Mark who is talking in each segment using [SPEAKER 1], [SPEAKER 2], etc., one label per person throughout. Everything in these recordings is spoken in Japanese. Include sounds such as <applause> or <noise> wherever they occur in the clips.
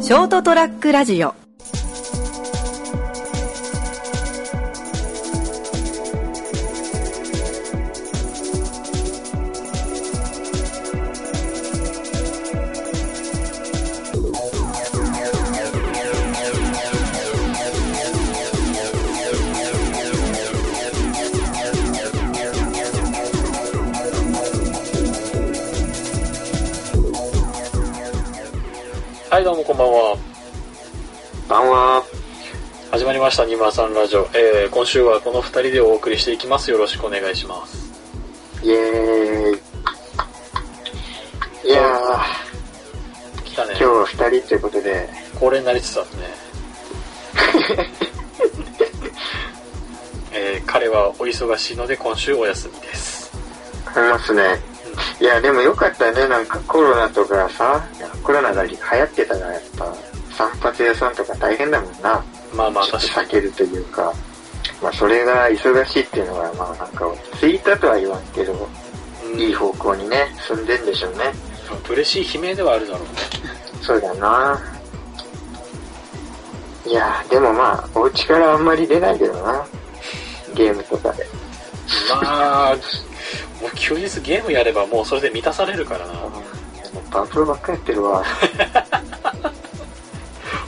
[SPEAKER 1] ショートトラックラジオ
[SPEAKER 2] はい、どうもこんばんは。
[SPEAKER 3] こんばんは。
[SPEAKER 2] 始まりました、ニマさんラジオ。えー、今週はこの二人でお送りしていきます。よろしくお願いします。
[SPEAKER 3] イエーイ。いやー、
[SPEAKER 2] 来たね。
[SPEAKER 3] 今日二人ということで、
[SPEAKER 2] 恒例になりつつあ
[SPEAKER 3] <laughs>
[SPEAKER 2] るね。えー、彼はお忙しいので今週お休みです。
[SPEAKER 3] ありますね。いや、でもよかったね、なんかコロナとかさ、いやコロナが流行ってたらやっぱ、散髪屋さんとか大変だもんな。
[SPEAKER 2] まあまあ
[SPEAKER 3] ちょっと
[SPEAKER 2] 確か
[SPEAKER 3] 避
[SPEAKER 2] に。
[SPEAKER 3] けるというか、まあそれが忙しいっていうのは、まあなんか落ち着いたとは言わんけど、
[SPEAKER 2] うん
[SPEAKER 3] いい方向にね、進んでんでしょうね。
[SPEAKER 2] 嬉しい悲鳴ではあるだろうね。
[SPEAKER 3] そうだな。いやー、でもまあ、お家からあんまり出ないけどな。ゲームとかで。
[SPEAKER 2] まあ、もう休日ゲームやればもうそれで満たされるからな。
[SPEAKER 3] あ
[SPEAKER 2] も
[SPEAKER 3] ーもうバンプロばっかやってるわ。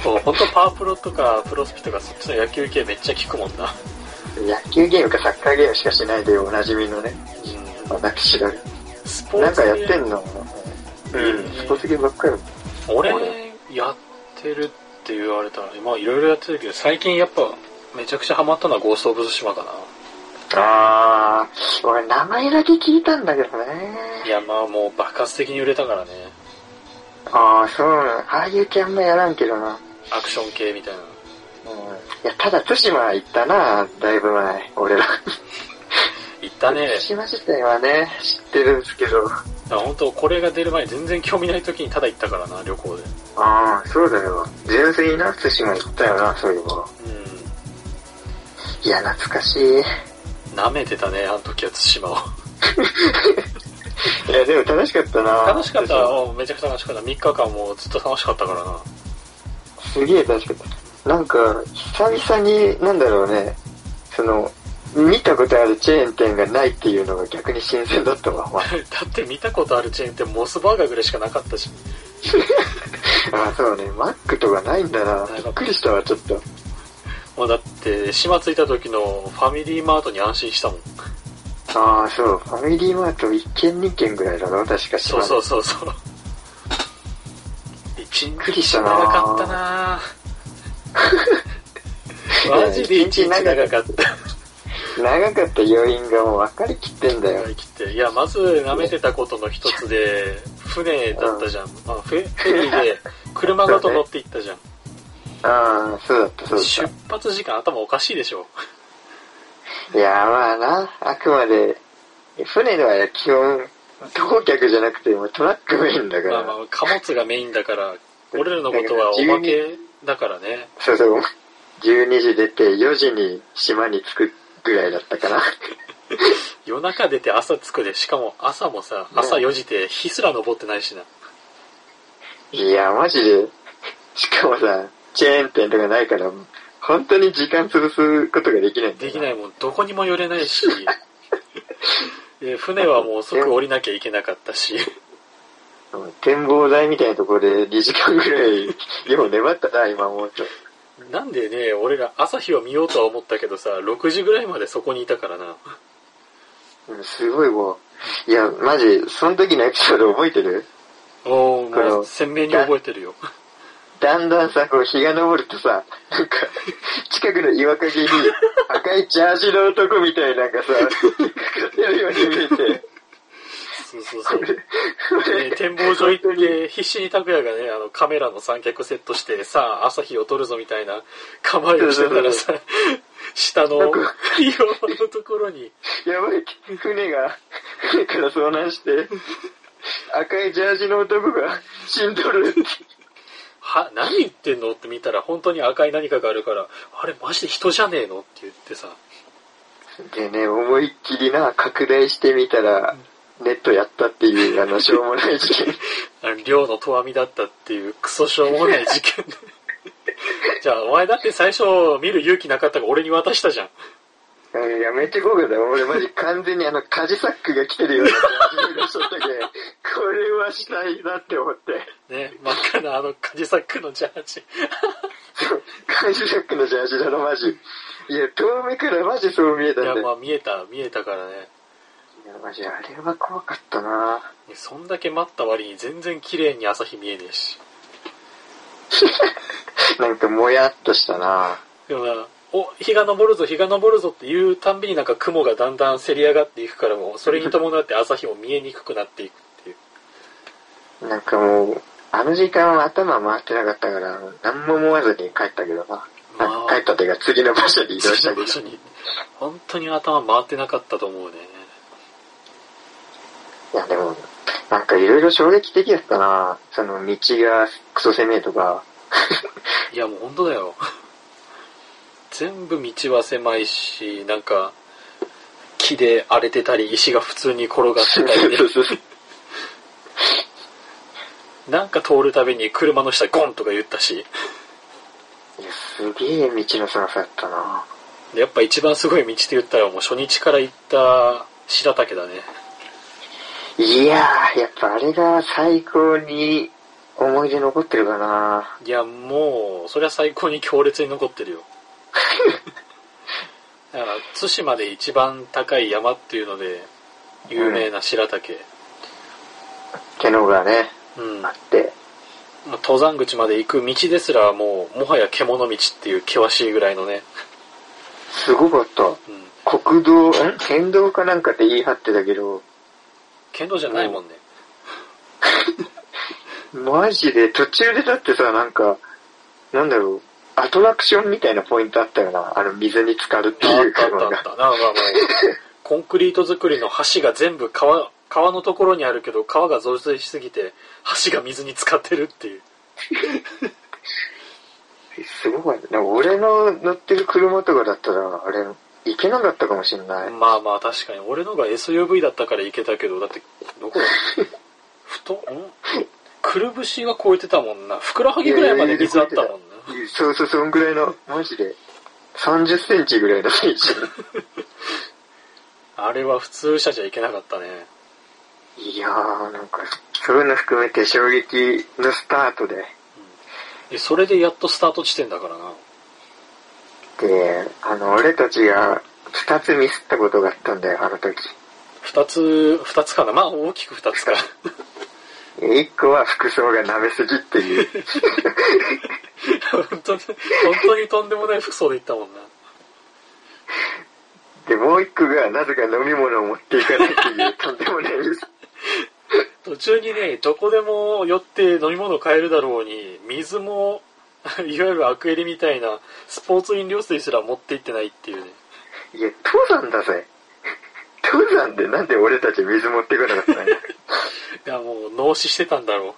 [SPEAKER 2] うほんとパワープロとかプロスピとかそっちの野球系めっちゃ効くもんな。
[SPEAKER 3] 野球ゲームかサッカーゲームしかしないでおなじみのね、
[SPEAKER 2] うん
[SPEAKER 3] 私が。
[SPEAKER 2] スポ
[SPEAKER 3] な
[SPEAKER 2] ー
[SPEAKER 3] ん
[SPEAKER 2] ツ
[SPEAKER 3] か
[SPEAKER 2] 系
[SPEAKER 3] やってんのうん、スポーツゲームばっかり。
[SPEAKER 2] 俺やってるって言われたらまあいろいろやってるけど最近やっぱめちゃくちゃハマったのはゴースト・オブ・ツシマかな
[SPEAKER 3] あー、俺名前だけ聞いたんだけどね。
[SPEAKER 2] いやまあもう爆発的に売れたからね
[SPEAKER 3] あー、そうなの。ああいう系あんまやらんけどな。
[SPEAKER 2] アクション系みたいな
[SPEAKER 3] うん、いや、ただ対馬行ったな、だいぶ前、俺ら。
[SPEAKER 2] 行ったね
[SPEAKER 3] 対馬自体はね、知ってるんですけど。
[SPEAKER 2] だから本当これが出る前に全然興味ない時にただ行ったからな旅行で
[SPEAKER 3] ああ、そうだよ。純粋な対馬行ったよな、そういえば。
[SPEAKER 2] う
[SPEAKER 3] いや、懐かしい。
[SPEAKER 2] ん舐めてたねあの時は対馬を
[SPEAKER 3] いや、でも楽しかったな。
[SPEAKER 2] 楽しかったうんめちゃくちゃ楽しかった3日間もうずっと楽しかったからな <laughs>
[SPEAKER 3] すげえ楽しかった。なんか、久々に、なんだろうね、その、見たことあるチェーン店がないっていうのが逆に新鮮だった
[SPEAKER 2] <laughs>
[SPEAKER 3] わ。まあ
[SPEAKER 2] だって見たことあるチェーンってモスバーガーぐらいしかなかったし
[SPEAKER 3] あ、そうね、マックとかないんだな。
[SPEAKER 2] ない
[SPEAKER 3] びっくりしたわ、ちょっと。
[SPEAKER 2] もうだって島着いた時のファミリーマートに安心したもん
[SPEAKER 3] ああ、そう、ファミリーマート1軒2軒ぐらいだろ、確か。
[SPEAKER 2] そうそううそうそう。一
[SPEAKER 3] <laughs> びっくり
[SPEAKER 2] 日
[SPEAKER 3] した
[SPEAKER 2] 長
[SPEAKER 3] な
[SPEAKER 2] かった
[SPEAKER 3] <laughs>
[SPEAKER 2] なぁ。マジで一日長かった。
[SPEAKER 3] 長かった要因がもう分かりきってんだよ。
[SPEAKER 2] いや、まず舐めてたことの一つで、船だったじゃん。あフェフェリーで車ごと乗って行ったじゃん。
[SPEAKER 3] ああ、そうだった、そうだ
[SPEAKER 2] 出
[SPEAKER 3] っ
[SPEAKER 2] 発時間頭おかしいでしょ。
[SPEAKER 3] た。いやー、まあな、あくまで、船では基本、渡航客じゃなくて、もうトラックメインだか
[SPEAKER 2] ま
[SPEAKER 3] ら。
[SPEAKER 2] あまあ、貨物がメインだから、俺らのことはおまけだからね。
[SPEAKER 3] そうそう。12時出て4時に島に着くぐらいだっ
[SPEAKER 2] <laughs>
[SPEAKER 3] たかな。
[SPEAKER 2] 夜中出て朝着くで、しかも朝もさ、朝4時で日すら登ってないしな。
[SPEAKER 3] いや、マジで。しかもさ、チェーン店とかないから、本当に時間潰すことができないんだ
[SPEAKER 2] で
[SPEAKER 3] よ
[SPEAKER 2] きないもん、どこにも寄れない <laughs> し、で船はもう即降りなきゃいけなかった <laughs> し、
[SPEAKER 3] うん展望台みたいなところで2時間ぐらい、 <laughs> よう粘ったな、今もうちょっ
[SPEAKER 2] なんでね、俺ら朝日を見ようとは思ったけどさ、6時ぐらいまでそこにいたからな。
[SPEAKER 3] と。うんすごいもう。いや、マジ、その時のエピソード覚えてる
[SPEAKER 2] お
[SPEAKER 3] これ
[SPEAKER 2] ー、も
[SPEAKER 3] を
[SPEAKER 2] う鮮明に覚えてる <laughs> よ。
[SPEAKER 3] だんだんさ、こう日が昇るとさ、なんか、近くの岩陰に赤いジャージの男みたいなんかさ、隠れてるように見えて。
[SPEAKER 2] そうそう <laughs> そう。で展望所行って、必死に拓也がね、あの、カメラの三脚セットして、さあ、朝日を撮るぞみたいな構えをしてたらさ、下の
[SPEAKER 3] な
[SPEAKER 2] <laughs> 岩
[SPEAKER 3] んか
[SPEAKER 2] のところに、
[SPEAKER 3] やばい、船が、船から遭難して、赤いジャージの男が死んどるって。
[SPEAKER 2] は、何言ってんのって見たら、本当に赤い何かがあるから、あれマジで人じゃねえのって言ってさ、
[SPEAKER 3] でね、思いっきりな、拡大してみたら、ネットやったっていう、あの、しょうもない事件。
[SPEAKER 2] あの寮のとわみだったっていうクソしょうもない事件 <laughs> じゃあお前だって最初見る勇気なかったから俺に渡したじゃん
[SPEAKER 3] うんいや、めっちゃ豪華だよ。俺マジ完全にあの、カジサックが来てるような感じがしとったけん、これはしたいなって思って。
[SPEAKER 2] ね真っ赤なあのカジサックのジャージ
[SPEAKER 3] そうカジサックのジャージだろ、マジ。いや、遠目からマジそう見えた
[SPEAKER 2] い
[SPEAKER 3] んだ
[SPEAKER 2] や
[SPEAKER 3] よ。
[SPEAKER 2] まあ見えた見えたからね
[SPEAKER 3] いや、マジ、あれは怖かったな
[SPEAKER 2] そんだけ待った割に全然綺麗に朝日見えねえし
[SPEAKER 3] なんか、もやっとしたな
[SPEAKER 2] でもなお日が昇るぞ日が昇るぞっていうたんびになんか雲がだんだんせり上がっていくからもうそれに伴って朝日も見えにくくなっていくっていう
[SPEAKER 3] なんかもう、あの時間は頭回ってなかったから、何も思わずに帰ったけどな。なんか帰ったっていうか、次の場所に移動
[SPEAKER 2] 次
[SPEAKER 3] した
[SPEAKER 2] の
[SPEAKER 3] けど
[SPEAKER 2] 場。所に本当に頭回ってなかったと思うね
[SPEAKER 3] いや、でも、なんかいろいろ衝撃的だったなその道がクソ狭いと <laughs> か。
[SPEAKER 2] いやもう本当だよ <laughs> 全部道は狭いしなんか木で荒れてたり石が普通に転がってたりねなんか通るたびに車の下ゴンとか言ったし
[SPEAKER 3] いや、すげえ道の狭さだったな
[SPEAKER 2] でやっぱ一番すごい道って言ったらもう初日から行った白竹だね
[SPEAKER 3] いやー、やっぱあれが最高に思い出残ってるかない
[SPEAKER 2] やもうそれは最高に強烈に残ってる <laughs> よだから対馬で一番高い山っていうので有名な白竹
[SPEAKER 3] ってのがね、
[SPEAKER 2] うん、
[SPEAKER 3] あって。
[SPEAKER 2] まあ登山口まで行く道ですらもうもはや獣道っていう険しいぐらいのね、
[SPEAKER 3] すごかった。
[SPEAKER 2] うん、
[SPEAKER 3] 国道、ん県道かなんかって言い張ってたけど、
[SPEAKER 2] 剣道じゃないもんね、
[SPEAKER 3] マジで途中でだってさ、なんか、なんだろう、アトラクションみたいなポイントあったよな。あの、水に浸かるって
[SPEAKER 2] あっ
[SPEAKER 3] いう
[SPEAKER 2] たあ
[SPEAKER 3] 感
[SPEAKER 2] ったあっ
[SPEAKER 3] が。
[SPEAKER 2] <laughs> たなんかもうコンクリート作りの橋が全部川川のところにあるけど川が増水しすぎて橋が水に浸かってるっていう
[SPEAKER 3] すごいね。なんか俺の乗ってる車とかだったら、あれ、行けなかったかもしんない。
[SPEAKER 2] まあまあ確かに俺のが SUV だったから行けたけどだってどこだふとんくるぶしは超えてたもんなふくらはぎぐらいまで水あったもんな
[SPEAKER 3] そうそう、そんぐらいの、マジで。30センチぐらいの水深。
[SPEAKER 2] あれは普通車じゃ行けなかったね
[SPEAKER 3] いやー、なんか、そういうの含めて衝撃のスタートで。
[SPEAKER 2] でそれでやっとスタート地点だからな
[SPEAKER 3] で、あの、俺たちが2つミスったことがあったんだよ、あの時。
[SPEAKER 2] 2つ2つかなまあ大きく2つか
[SPEAKER 3] 1個は服装が舐めすぎっていう。
[SPEAKER 2] 本当に本当にとんでもない服装で行ったもんな
[SPEAKER 3] で、もう1個が、なぜか飲み物を持っていかないっていう、とんでもないミス。
[SPEAKER 2] 途中にねどこでも寄って飲み物買えるだろうに水もいわゆるアクエリみたいなスポーツ飲料水すら持って行ってないっていうね
[SPEAKER 3] いや、登山だぜ。 <laughs> 登山でなんで俺たち水持ってこなかったの
[SPEAKER 2] <laughs> いやもう脳死してたんだ
[SPEAKER 3] <laughs>
[SPEAKER 2] ろう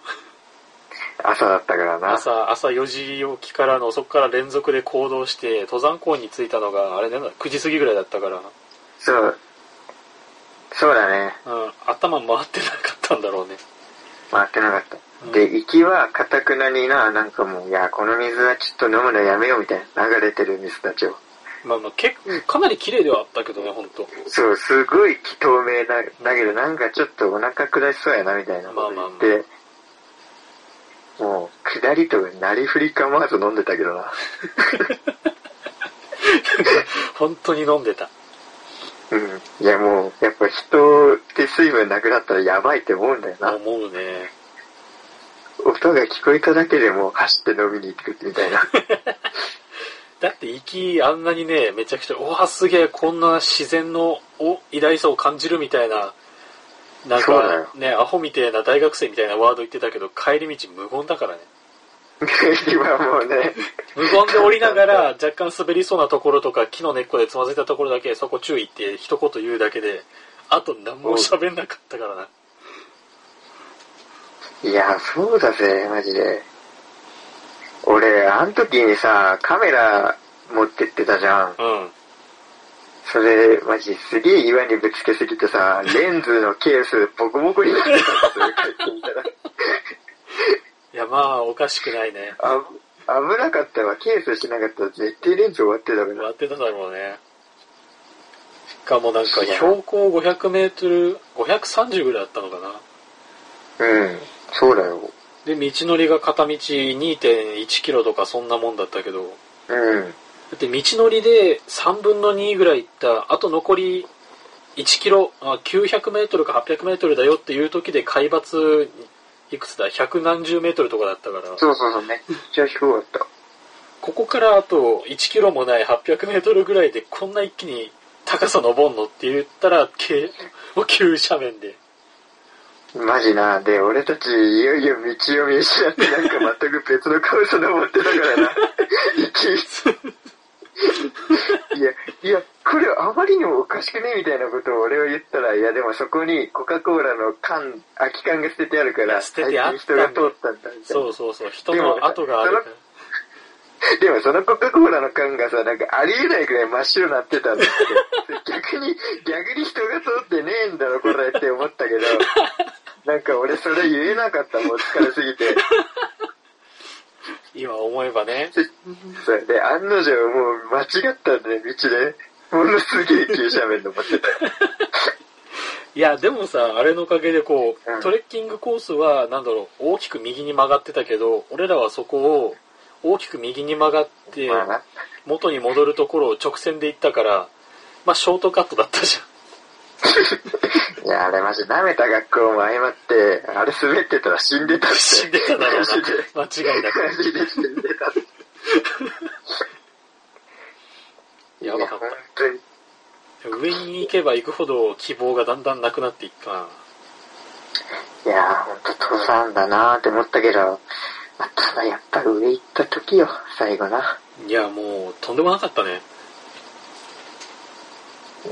[SPEAKER 3] 朝だったからな。
[SPEAKER 2] 朝朝4時起きからのそこから連続で行動して登山口に着いたのがあれなんだ9時過ぎぐらいだったから、
[SPEAKER 3] そう。そうだね。
[SPEAKER 2] うん、頭回ってなかったんだろうね
[SPEAKER 3] 回ってなかった。
[SPEAKER 2] うん
[SPEAKER 3] で、行きは、かたくなにな、なんかもう、いや、この水はちょっと飲むのやめようみたいな、流れてる水たちを。
[SPEAKER 2] まあまあ結構かなり綺麗ではあったけどね本当
[SPEAKER 3] そう、すごい透明だ、だけど、なんかちょっとお腹下しそうやな、みたいなこと言って、
[SPEAKER 2] ま
[SPEAKER 3] もう、下りとかなりふり構わず飲んでたけどな。
[SPEAKER 2] 本当に飲んでた
[SPEAKER 3] うん。いや、もう、やっぱ人って水分なくなったらやばいって思うんだよな。
[SPEAKER 2] 思うね
[SPEAKER 3] 音が聞こえただけでもう走って飲みに行くみたいな。 <laughs>
[SPEAKER 2] だって行きあんなにねめちゃくちゃ「おわすげえこんな自然のお偉大さを感じる」みたいななん
[SPEAKER 3] そうだよ
[SPEAKER 2] かねアホみたいな大学生みたいなワード言ってたけど帰り道無言だからね
[SPEAKER 3] 今もうね、
[SPEAKER 2] 無言で降りながら若干滑りそうなところとか木の根っこでつまずいたところだけそこ注意って一言言うだけであと何も喋んなかったからない
[SPEAKER 3] や、そうだぜ、マジで。俺、あの時にさ、カメラ持ってってたじゃん。
[SPEAKER 2] うん
[SPEAKER 3] それ、マジすげえ岩にぶつけすぎてさ、レンズのケースボコボコになってたんですよ、帰ってみたら。
[SPEAKER 2] いや、まあ、おかしくないね。
[SPEAKER 3] あ危なかったわ、ケースしなかったら絶対レンズ終わってたか
[SPEAKER 2] や
[SPEAKER 3] ら。
[SPEAKER 2] ってただろうね。しかもなんか、標高500メートル、530ぐらいあったのかな。
[SPEAKER 3] うん、そうだよ。
[SPEAKER 2] で、道のりが片道2.1キロとかそんなもんだったけど、
[SPEAKER 3] うん。
[SPEAKER 2] だって道のりで3分の2ぐらい行った、あと残り1キロ、あ900メートルか800メートルだよっていう時で海抜、いくつだ、百何十メートルとかだったから、
[SPEAKER 3] そうそうそう、めっちゃ低かった。
[SPEAKER 2] ここからあと1キロもない800メートルぐらいでこんな一気に高さ登んのって言ったら、けもう急斜面で。
[SPEAKER 3] マジな。で、俺たち、いよいよ道を見失って、なんか全く別のカウス登ってた
[SPEAKER 2] <laughs>
[SPEAKER 3] からな。いや、いや、これあまりにもおかしくねみたいなことを俺は言ったら、いやでもそこにコカ・コーラの缶、空き缶が捨ててあるから、
[SPEAKER 2] 捨ててあったんだ
[SPEAKER 3] 最近人が通ったんだみたい
[SPEAKER 2] そ
[SPEAKER 3] な。
[SPEAKER 2] うそうそう、人の後があるから。
[SPEAKER 3] でもそのコカ・コーラの缶がさ、なんかありえないくらい真っ白になってたん
[SPEAKER 2] <laughs>
[SPEAKER 3] だって。逆に、逆に人が通ってねえんだろ、これって思った
[SPEAKER 2] <laughs>
[SPEAKER 3] けど、なんか俺それ言えなかった、もう疲れすぎて。
[SPEAKER 2] 今思えばね。
[SPEAKER 3] それで、案の定もう間違ったんだね、道で。ものすげえ急斜面登ってた。
[SPEAKER 2] いや、でもさ、あれのおかげでこう、
[SPEAKER 3] うん
[SPEAKER 2] トレッキングコースは、なんだろう、大きく右に曲がってたけど、俺らはそこを、大きく右に曲がって、
[SPEAKER 3] まあな。
[SPEAKER 2] 元に戻るところを直線で行ったから、まあ、ショートカットだったじ
[SPEAKER 3] いや、あれマジ舐めた学校も相まって、あれ滑ってたら死んでた
[SPEAKER 2] ゃ
[SPEAKER 3] っ
[SPEAKER 2] ん。
[SPEAKER 3] て。
[SPEAKER 2] 死んでただろう
[SPEAKER 3] マジで。
[SPEAKER 2] な。間違い
[SPEAKER 3] <laughs>
[SPEAKER 2] なく。
[SPEAKER 3] マジで死んでたって。
[SPEAKER 2] やばかっ
[SPEAKER 3] い本当に。
[SPEAKER 2] た。上に行けば行くほど希望がだんだんなくなっていったな。
[SPEAKER 3] いやー、ほんと登山だなーって思ったけど、まあただやっぱ上行った時よ、最後な。
[SPEAKER 2] いや、もう、とんでもなかったね。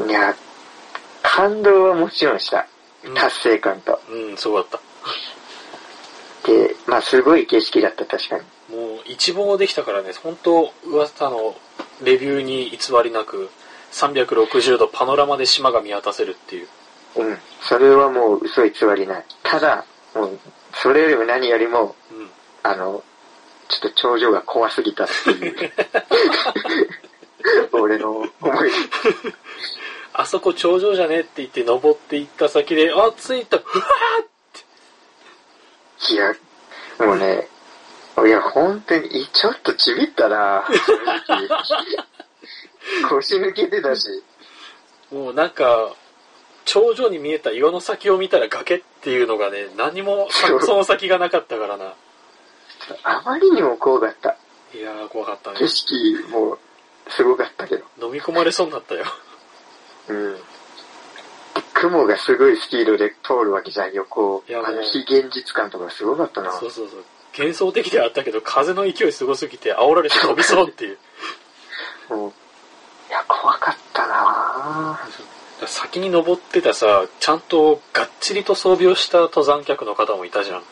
[SPEAKER 3] いや、感動はもちろんした
[SPEAKER 2] うん。
[SPEAKER 3] 達成感と。
[SPEAKER 2] うん、そうだった。
[SPEAKER 3] で、まあすごい景色だった、確かに。
[SPEAKER 2] もう一望できたからね、本当噂のレビューに偽りなく、360度パノラマで島が見渡せるっていう。
[SPEAKER 3] うん。それはもう嘘偽りない。ただ、もう、それよりも何よりも、
[SPEAKER 2] うん。
[SPEAKER 3] あの、ちょっと頂上が怖すぎたっていう。
[SPEAKER 2] <laughs>
[SPEAKER 3] <laughs> 俺の思い。
[SPEAKER 2] あそこ頂上じゃねって言って登って行った先で、あ、着いたうわ
[SPEAKER 3] いや、もうね、いや、本当に、いちょっとちびったな正
[SPEAKER 2] <laughs>
[SPEAKER 3] 直腰抜けてたし。
[SPEAKER 2] ーもうなんか、頂上に見えた岩の先を見たら崖っていうのがね、何も
[SPEAKER 3] そう
[SPEAKER 2] その先がなかったから
[SPEAKER 3] <laughs>
[SPEAKER 2] な。
[SPEAKER 3] あまりにも怖かった。
[SPEAKER 2] いやー、怖かったね
[SPEAKER 3] 景。色もすごかったけど。
[SPEAKER 2] 飲み込まれそうになったよ。
[SPEAKER 3] うん。雲がすごいスピードで通るわけじゃん、横を
[SPEAKER 2] いや。もう
[SPEAKER 3] あの非現実感とかすごかったな。
[SPEAKER 2] そうそうそう。幻想的ではあったけど、風の勢いすごすぎて煽られて飛びそうっていう。
[SPEAKER 3] もういや、怖かったな
[SPEAKER 2] 先に登ってたさちゃんとがっちりと装備をした登山客の方もいたじゃん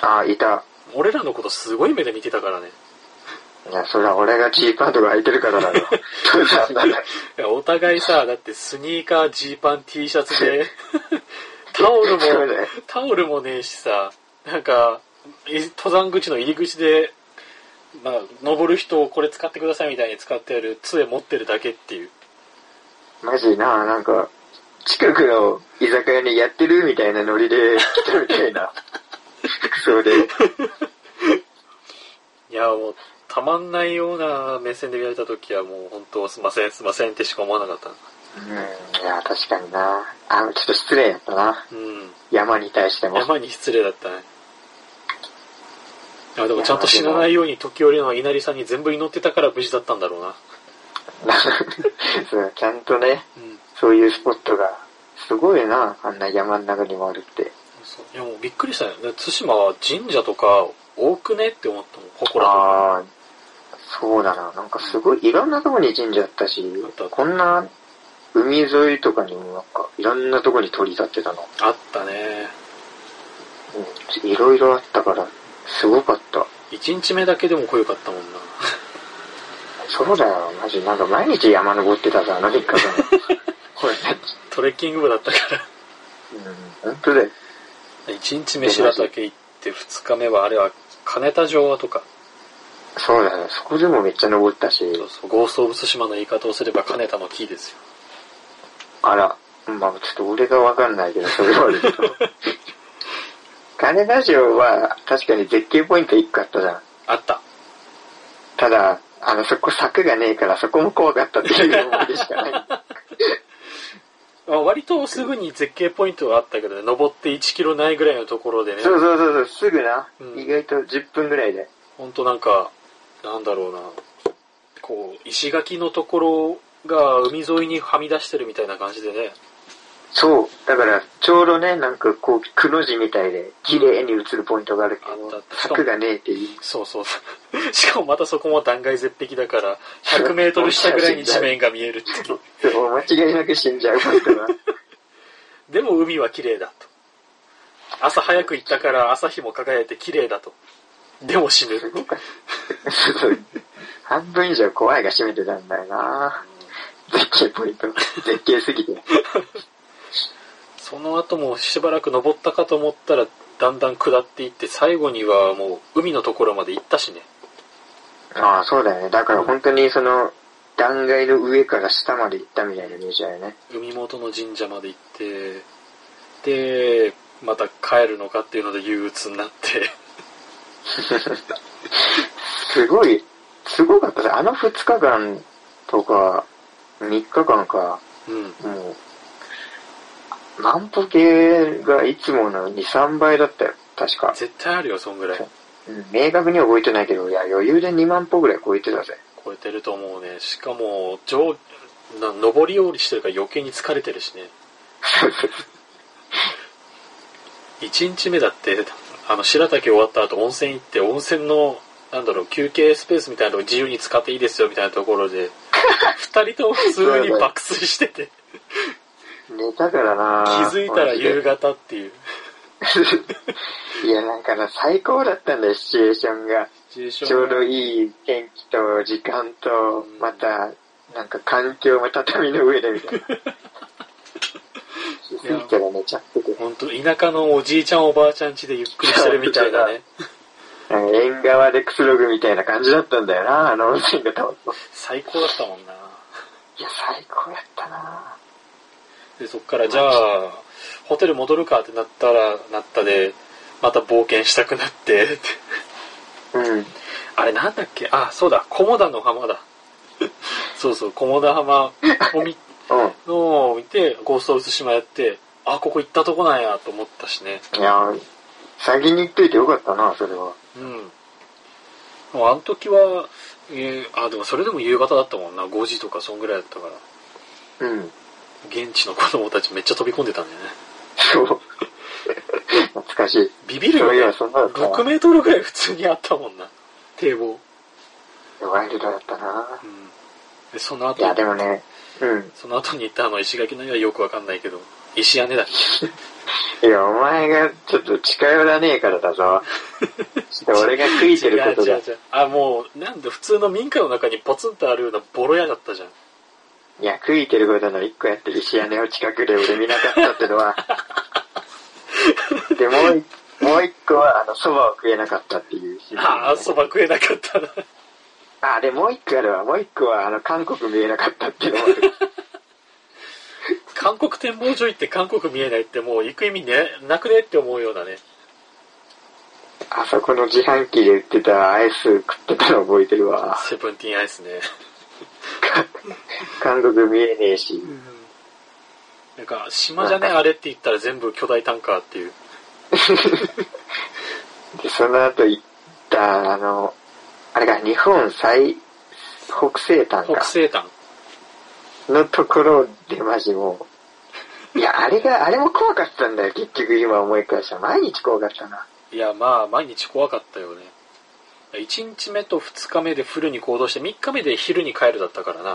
[SPEAKER 3] ああ、いた。
[SPEAKER 2] 俺らのことすごい目で見てたからね
[SPEAKER 3] いや、それは俺がジーパンとか履いてるから
[SPEAKER 2] <laughs>
[SPEAKER 3] だ <laughs> ろ。登山だね。
[SPEAKER 2] いやお互いさだってスニーカージーパン T シャツでタオル
[SPEAKER 3] そう
[SPEAKER 2] も
[SPEAKER 3] ね。
[SPEAKER 2] タオルもねえしさなんかい登山口の入り口で、まあ、登る人をこれ使ってくださいみたいに使ってある杖持ってるだけっていう
[SPEAKER 3] マジな、なんか、近くの居酒屋にやってるみたいなノリで来たみたい <laughs> な。服装で。
[SPEAKER 2] いやもうたまんないような目線で見られた時はもう本当すいませんすいませんってしか思わなかった
[SPEAKER 3] うん、いや、確かにな。あ、ちょっと失礼やったな。
[SPEAKER 2] うん
[SPEAKER 3] 山に対しても。
[SPEAKER 2] 山に失礼だったねあでもちゃんと死なないように時折の稲荷さんに全部祈ってたから無事だったんだろうな、
[SPEAKER 3] <laughs> そうちゃんとね、
[SPEAKER 2] うん、
[SPEAKER 3] そういうスポットが、すごいな、あんな山の中にもあるって。
[SPEAKER 2] そういやもうびっくりしたよで対馬は神社とか多くねって思ったもん祠とか
[SPEAKER 3] ああ、そうだな。なんかすごい、いろんなとこに神社あったし
[SPEAKER 2] あった、
[SPEAKER 3] こんな海沿いとかにもなんか、いろんなとこに鳥立ってたの。
[SPEAKER 2] あったね
[SPEAKER 3] うん、いろいろあったから、すごかった。
[SPEAKER 2] 1日目だけでも濃ゆかったもんな
[SPEAKER 3] そうだよ、マジ。なんか毎日山登ってたぞ、あの3日間。
[SPEAKER 2] <laughs>
[SPEAKER 3] これ、
[SPEAKER 2] <laughs> トレッキング部だったから
[SPEAKER 3] うん、本当だよ。
[SPEAKER 2] 1日目白岳行って2日目はあれは金田城とか
[SPEAKER 3] そうだよ、そこでもめっちゃ登ったし。
[SPEAKER 2] そうそう豪壮仏島の言い方をすれば金田の木ですよ
[SPEAKER 3] あら、まあちょっと俺がわかんないけど、それはある
[SPEAKER 2] <laughs>
[SPEAKER 3] けど。金田城は確かに絶景ポイント1個あったじゃん。
[SPEAKER 2] あった
[SPEAKER 3] ただ、あの、そこ柵がねえから、そこも怖かったっていう思い出しかない。
[SPEAKER 2] <laughs> まあ割とすぐに絶景ポイントがあったけどね登って1キロないぐらいのところでね
[SPEAKER 3] そうそうそうそう、すぐな、
[SPEAKER 2] うん
[SPEAKER 3] 意外と10分ぐらいで。
[SPEAKER 2] ほんとなんかなんだろうなこう石垣のところが海沿いにはみ出してるみたいな感じでね
[SPEAKER 3] そう、だから、ちょうどね、なんかこう、くの字みたいで、綺麗に映るポイントがあるけど、
[SPEAKER 2] あった
[SPEAKER 3] 柵がねえっていう。
[SPEAKER 2] そう <laughs> そうしかもまたそこも断崖絶壁だから1 0 0ル下ぐらいに地面が見えるっていう
[SPEAKER 3] そう、間違いなく死んじゃうポイントが。
[SPEAKER 2] でも海は綺麗だと。朝早く行ったから朝日も輝いて綺麗だと。でも死ぬ。
[SPEAKER 3] そうそう。半分以上怖いが占めてたんだよな絶景ポイント。絶景すぎて。
[SPEAKER 2] その後もしばらく登ったかと思ったらだんだん下っていって最後にはもう海のところまで行ったしね。
[SPEAKER 3] ああ、そうだよね。だから本当にその、断崖の上から下まで行ったみたいなイメージだよね。
[SPEAKER 2] 海元の神社まで行って、で、また帰るのかっていうので憂鬱になって。
[SPEAKER 3] すごい、すごかったですあの2日間とか、3日間か、
[SPEAKER 2] うん。
[SPEAKER 3] もう、万歩計がいつもの2、3倍だったよ。確か。
[SPEAKER 2] 絶対あるよ、そんぐらい。
[SPEAKER 3] うん明確には覚えてないけど、いや、余裕で2万歩ぐらい超えてたぜ。
[SPEAKER 2] 超えてると思うね。しかも、上、な上り下りしてるから余計に疲れてるし
[SPEAKER 3] <laughs>
[SPEAKER 2] ね。1日目だってあの白滝終わった後温泉行って温泉のなんだろう休憩スペースみたいなのを自由に使っていいですよみたいなところ
[SPEAKER 3] <laughs>
[SPEAKER 2] で2人とも普通に爆睡してて
[SPEAKER 3] 寝たから
[SPEAKER 2] 気
[SPEAKER 3] な
[SPEAKER 2] づいたら夕
[SPEAKER 3] 方。
[SPEAKER 2] 方っていう
[SPEAKER 3] <laughs> いや、なんかな、最高だったんだよ、シチュエーションが。ちょうどいい天気と時間と
[SPEAKER 2] うん、
[SPEAKER 3] また、なんか環境も畳の上でみ
[SPEAKER 2] <laughs>
[SPEAKER 3] たいな。気づいたら寝ちゃってて。
[SPEAKER 2] 本当田舎のおじいちゃんおばあちゃん家でゆっくりしてるみたいなね
[SPEAKER 3] なんか縁側でくつろぐみたいな感じだったんだよな、あの温泉がたまって
[SPEAKER 2] 最高だったもんない
[SPEAKER 3] や、最高やったな
[SPEAKER 2] でそっからじゃあホテル戻るかってなったらなったでまた冒険したくなってって
[SPEAKER 3] うん。
[SPEAKER 2] あれなんだっけあ、そうだ、菰田の浜だ。そうそう、菰田浜を見
[SPEAKER 3] う
[SPEAKER 2] のを見て、ゴースト・ウツシマやって、あ、ここ行ったとこなんやと思ったしね。
[SPEAKER 3] ん。いや、先に言っといてよかったな、それは。
[SPEAKER 2] うん。でもあの時は、えーあ、でもそれでも夕方だったもんな。5時とかそんぐらいだったから。
[SPEAKER 3] うん。
[SPEAKER 2] 現地の子供たちめっちゃ飛び込んでたんだよね。
[SPEAKER 3] そう。 <laughs> 懐かしい。
[SPEAKER 2] ビビる
[SPEAKER 3] そうい
[SPEAKER 2] よ
[SPEAKER 3] や、
[SPEAKER 2] ね。
[SPEAKER 3] そんなの
[SPEAKER 2] 6メートルぐらい普通にあったもんな。堤防。
[SPEAKER 3] ワイルドだったな
[SPEAKER 2] うん。で、その
[SPEAKER 3] い
[SPEAKER 2] 後
[SPEAKER 3] や、、でもね、うん。
[SPEAKER 2] その後に行ったあの石垣の家はよくわかんないけど、石屋根だっけ
[SPEAKER 3] いや、お前がちょっと近寄らねえからだぞ。ちょっと俺が食いてること
[SPEAKER 2] 違う違
[SPEAKER 3] だ
[SPEAKER 2] う。違うあもうなんで普通の民家の中にポツンとあるようなボロ屋だったじゃん
[SPEAKER 3] いや、食いてることの一個やって石屋根を近くで俺見なかったっての <laughs> は。で、もう一、もう一個は、あの、蕎麦を食えなかったっていう。
[SPEAKER 2] ああそば食えなかったな
[SPEAKER 3] あ、で、もう一個あるわ。もう一個は、あの、韓国見えなかったっていうのもあ <laughs> る。
[SPEAKER 2] 韓国展望所行って韓国見えないってもう行く意味ねなくねって思うようなね
[SPEAKER 3] あそこの自販機で売ってたアイス食ってたの覚えてるわ。
[SPEAKER 2] セブンティーンアイスね
[SPEAKER 3] 韓国見えねえし。
[SPEAKER 2] なんか島じゃねあれって言ったら全部巨大タンカーっていう
[SPEAKER 3] で、その後行った、あの、あれが日本最北西端
[SPEAKER 2] 北
[SPEAKER 3] か。
[SPEAKER 2] 西端
[SPEAKER 3] のところでマジもう。いや、あれが、あれも怖かったんだよ。結局今思い返したら。毎日怖かったな。
[SPEAKER 2] いやまあ毎日怖かったよね1日目と2日目でフルに行動して3日目で昼に帰るだったからな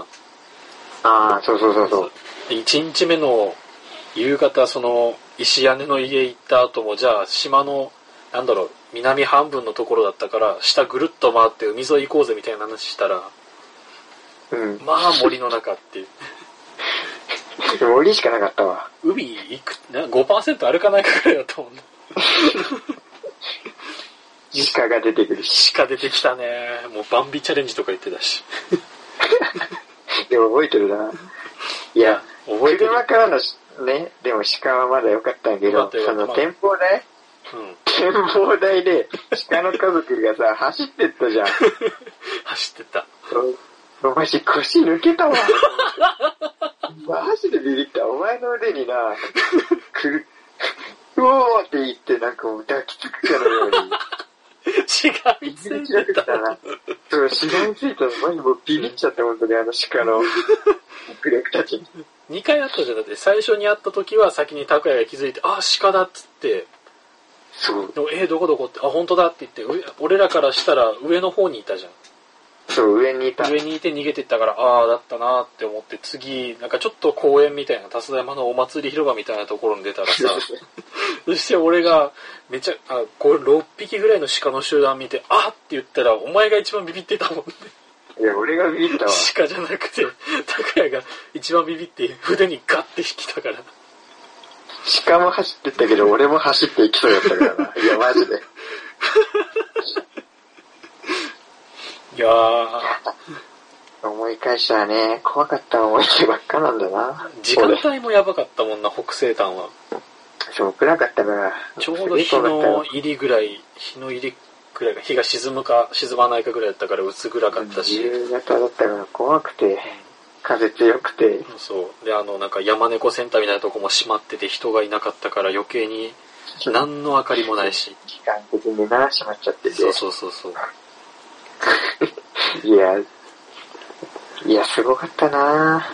[SPEAKER 3] ああ、そうそうそうそう。
[SPEAKER 2] 1日目の夕方その石屋根の家行った後もじゃあ島のなんだろう南半分のところだったから下ぐるっと回って海沿い行こうぜみたいな話したら
[SPEAKER 3] うん。
[SPEAKER 2] まあ森の中っていう。
[SPEAKER 3] 森しかなかったわ。
[SPEAKER 2] 海いく、な5%歩かないくらいだったもんな。
[SPEAKER 3] 鹿が出てくるし。
[SPEAKER 2] 鹿出てきたね。もうバンビチャレンジとか言ってたし。
[SPEAKER 3] でも覚えてるな。いや、
[SPEAKER 2] 覚えてる。
[SPEAKER 3] 車からのし、ね、でも鹿はまだ良かったんやけ
[SPEAKER 2] よか
[SPEAKER 3] ど、
[SPEAKER 2] ったよ
[SPEAKER 3] その
[SPEAKER 2] まあ
[SPEAKER 3] 展望台
[SPEAKER 2] うん。
[SPEAKER 3] 展望台で鹿の家族
[SPEAKER 2] <laughs>
[SPEAKER 3] がさ、走ってったじゃん。
[SPEAKER 2] 走
[SPEAKER 3] <laughs>
[SPEAKER 2] ってった。
[SPEAKER 3] おお前し腰抜けたわ。マジでビビった。お前の腕にな、くる、うおーって言ってなんかもう抱きつくかの
[SPEAKER 2] <laughs>
[SPEAKER 3] ように。
[SPEAKER 2] しがみつい
[SPEAKER 3] ちら
[SPEAKER 2] て
[SPEAKER 3] け
[SPEAKER 2] た
[SPEAKER 3] た。な。そう、しがみついたの。マジもうビビっちゃって、本当にあの
[SPEAKER 2] <laughs>
[SPEAKER 3] 鹿の迫力たちに。
[SPEAKER 2] 2回あったじゃん。だって最初に会った時は先に拓也が気づいて、あ、鹿だっつって、
[SPEAKER 3] そう、
[SPEAKER 2] でもえー、どこどこって、あ、本当だって言って、う俺らからしたら上の方にいたじゃん。
[SPEAKER 3] そう、上にいた。
[SPEAKER 2] 上にいて逃げてったからああだったなーって思って次なんかちょっと公園みたいな蓮田山のお祭り広場みたいなところに出たら
[SPEAKER 3] <laughs>
[SPEAKER 2] さそして俺がめちゃあこれ6匹ぐらいの鹿の集団見てあーって言ったらお前が一番ビビってたもんね
[SPEAKER 3] <laughs> いや、俺がビビったわ。
[SPEAKER 2] 鹿じゃなくて拓也が一番ビビって腕にガッて引きたから
[SPEAKER 3] 鹿も走ってったけど、俺も走っていきそうやったからな。
[SPEAKER 2] <laughs>
[SPEAKER 3] いや、マジで。
[SPEAKER 2] いやー
[SPEAKER 3] 思い返したらね、怖かった思い出ばっかなんだな。
[SPEAKER 2] 時間
[SPEAKER 3] 俺
[SPEAKER 2] 帯もやばかったもんな北西端は
[SPEAKER 3] そう、暗かったから。
[SPEAKER 2] ちょうど日の入りぐらい日の入りぐらいが日が沈むか沈まないかぐらいだったから薄暗かったし、
[SPEAKER 3] 夕方だったから怖くて、風強くて、
[SPEAKER 2] そうであのなんか山猫センターみたいなとこも閉まってて人がいなかったから余計に何の明かりもないし
[SPEAKER 3] 時間的にな、閉まっちゃってて。
[SPEAKER 2] そうそうそうそう
[SPEAKER 3] いや、いや、すごかったな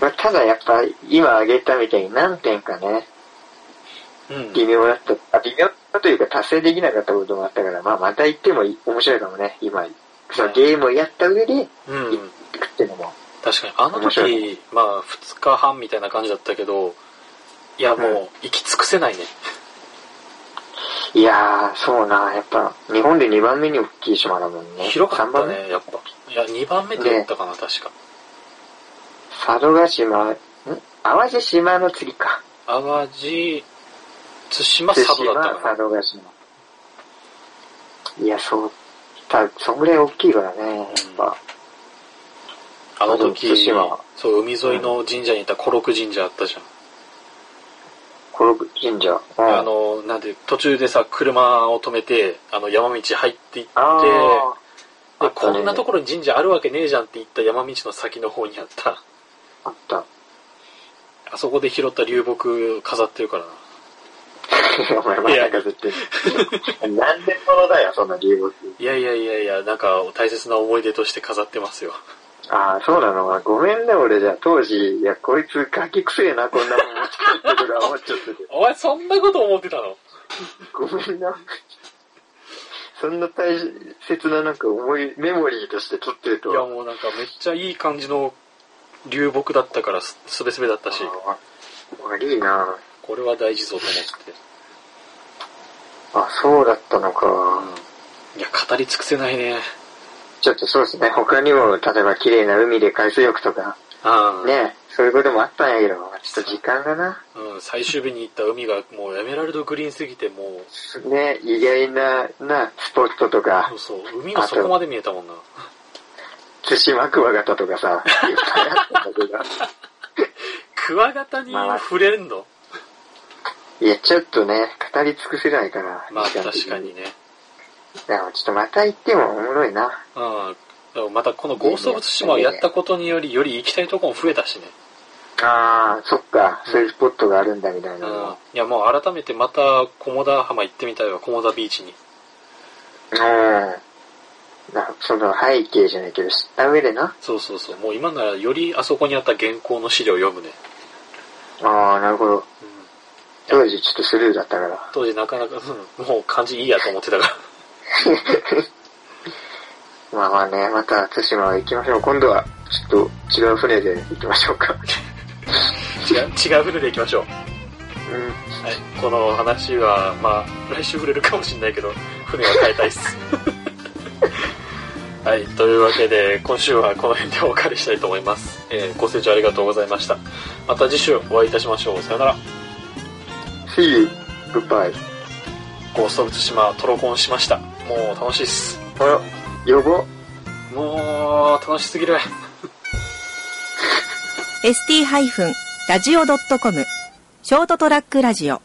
[SPEAKER 3] まあ、ただやっぱ、今挙げたみたいに何点かね、
[SPEAKER 2] うん、うん
[SPEAKER 3] 微妙だった、あ微妙というか達成できなかったこともあったから、まあ、また行ってもい面白いかもね、今。そのゲームをやった上で行
[SPEAKER 2] うん、
[SPEAKER 3] くっていうのも。
[SPEAKER 2] 確かにあの
[SPEAKER 3] 面白
[SPEAKER 2] 時まあ2日半みたいな感じだったけどいやもう
[SPEAKER 3] うん
[SPEAKER 2] 行き尽くせないね
[SPEAKER 3] いやー、そうな、やっぱ、日本で2番目に大きい島だもんね。
[SPEAKER 2] 広かっ
[SPEAKER 3] 3
[SPEAKER 2] た
[SPEAKER 3] 番目
[SPEAKER 2] ねやっぱいや2番目って言ったかな確か
[SPEAKER 3] 佐渡島、ん淡路島の次か。
[SPEAKER 2] 淡路対馬佐渡だったか
[SPEAKER 3] 佐渡島。いや、そう、た、そんぐらい大きいからね、やっぱ。
[SPEAKER 2] なあの時
[SPEAKER 3] 対馬
[SPEAKER 2] そう海沿いの神社にいた小六神社あったじゃん
[SPEAKER 3] コロ神社。うん、
[SPEAKER 2] あ、の、なんで、途中でさ、車を止めて、あの、山道入っていって、
[SPEAKER 3] あー
[SPEAKER 2] で
[SPEAKER 3] あったね
[SPEAKER 2] こんなところに神社あるわけねえじゃんって言った山道の先の方にあった、
[SPEAKER 3] あった。
[SPEAKER 2] あそこで拾った流木飾ってるからな。
[SPEAKER 3] お前まさか絶対。何年ものだよ、そんな流木。
[SPEAKER 2] いやいやいやいや、なんか大切な思い出として飾ってますよ。
[SPEAKER 3] ああ、そうなのごめんね、俺じゃあ当時、いや、こいつガキくせえな、こんなもん持ってきてってことは思っちゃってて。
[SPEAKER 2] お前そんなこと思ってたの
[SPEAKER 3] ごめんな。そんな大切ななんか思い、メモリーとして取ってると
[SPEAKER 2] い
[SPEAKER 3] は
[SPEAKER 2] やもうなんかめっちゃいい感じの流木だったからす、すべすべだったし、
[SPEAKER 3] あー悪いな
[SPEAKER 2] これは大事ぞと思って。
[SPEAKER 3] あ、そうだったのか。
[SPEAKER 2] うん。いや、語り尽くせないね。
[SPEAKER 3] ちょっとそうですね、他にも、例えば綺麗な海で海水浴とか、
[SPEAKER 2] ああ。
[SPEAKER 3] ね、そういうこともあったんやけど、ちょっと時間がな、
[SPEAKER 2] うん、最終日に行った海がもうエメラルドグリーンすぎてもう、
[SPEAKER 3] ね、意外な、な、スポットとか
[SPEAKER 2] そう、そう、海の底まで見えたもんな。
[SPEAKER 3] 対馬クワガタとかさ、いっぱいあったんだ
[SPEAKER 2] <laughs>
[SPEAKER 3] けど、
[SPEAKER 2] クワガタに触れるの
[SPEAKER 3] いや、ちょっとね、語り尽くせないから、
[SPEAKER 2] まあ
[SPEAKER 3] 時間的
[SPEAKER 2] 確か。にね。
[SPEAKER 3] でもちょっとまた行ってもおもろいな。
[SPEAKER 2] うん。でもまたこのゴーストオブツシマをやったことにより、より行きたいとこも増えたしね。
[SPEAKER 3] あー、そっか、そういうスポットがあるんだみたい
[SPEAKER 2] うん
[SPEAKER 3] なの。。
[SPEAKER 2] いやもう改めてまた、菰田浜行ってみたいわ、菰田ビーチに。
[SPEAKER 3] うん。なその背景じゃないけど、知った上でな。
[SPEAKER 2] そうそうそう。もう今ならよりあそこにあった原稿の資料を読むね。
[SPEAKER 3] ああ、なるほど。
[SPEAKER 2] うん。
[SPEAKER 3] 当時ちょっとスルーだったから。
[SPEAKER 2] 当時なかなか、うん、もう漢字いいやと思ってたから。
[SPEAKER 3] まあまあね、また対馬行きましょう。今度は、ちょっと違う船で行きましょう
[SPEAKER 2] <laughs>
[SPEAKER 3] か。
[SPEAKER 2] 違う、違う船で行きましょう。
[SPEAKER 3] う
[SPEAKER 2] はい、この話 <laughs> は、まあ、来週触れるかもしれないけど、船は変えたいっす。はい、というわけで今週はこの辺でお別れしたいと思います、えーご清聴ありがとうございましたまた次週お会いいたしましょうさよなら
[SPEAKER 3] See you. Goodbye.
[SPEAKER 2] ゴースト・オブ・ツシマトロコンしましたもう楽しいっす
[SPEAKER 3] あら、やば。
[SPEAKER 2] もう楽しすぎる
[SPEAKER 1] ST-radio.com ショートトラックラジオ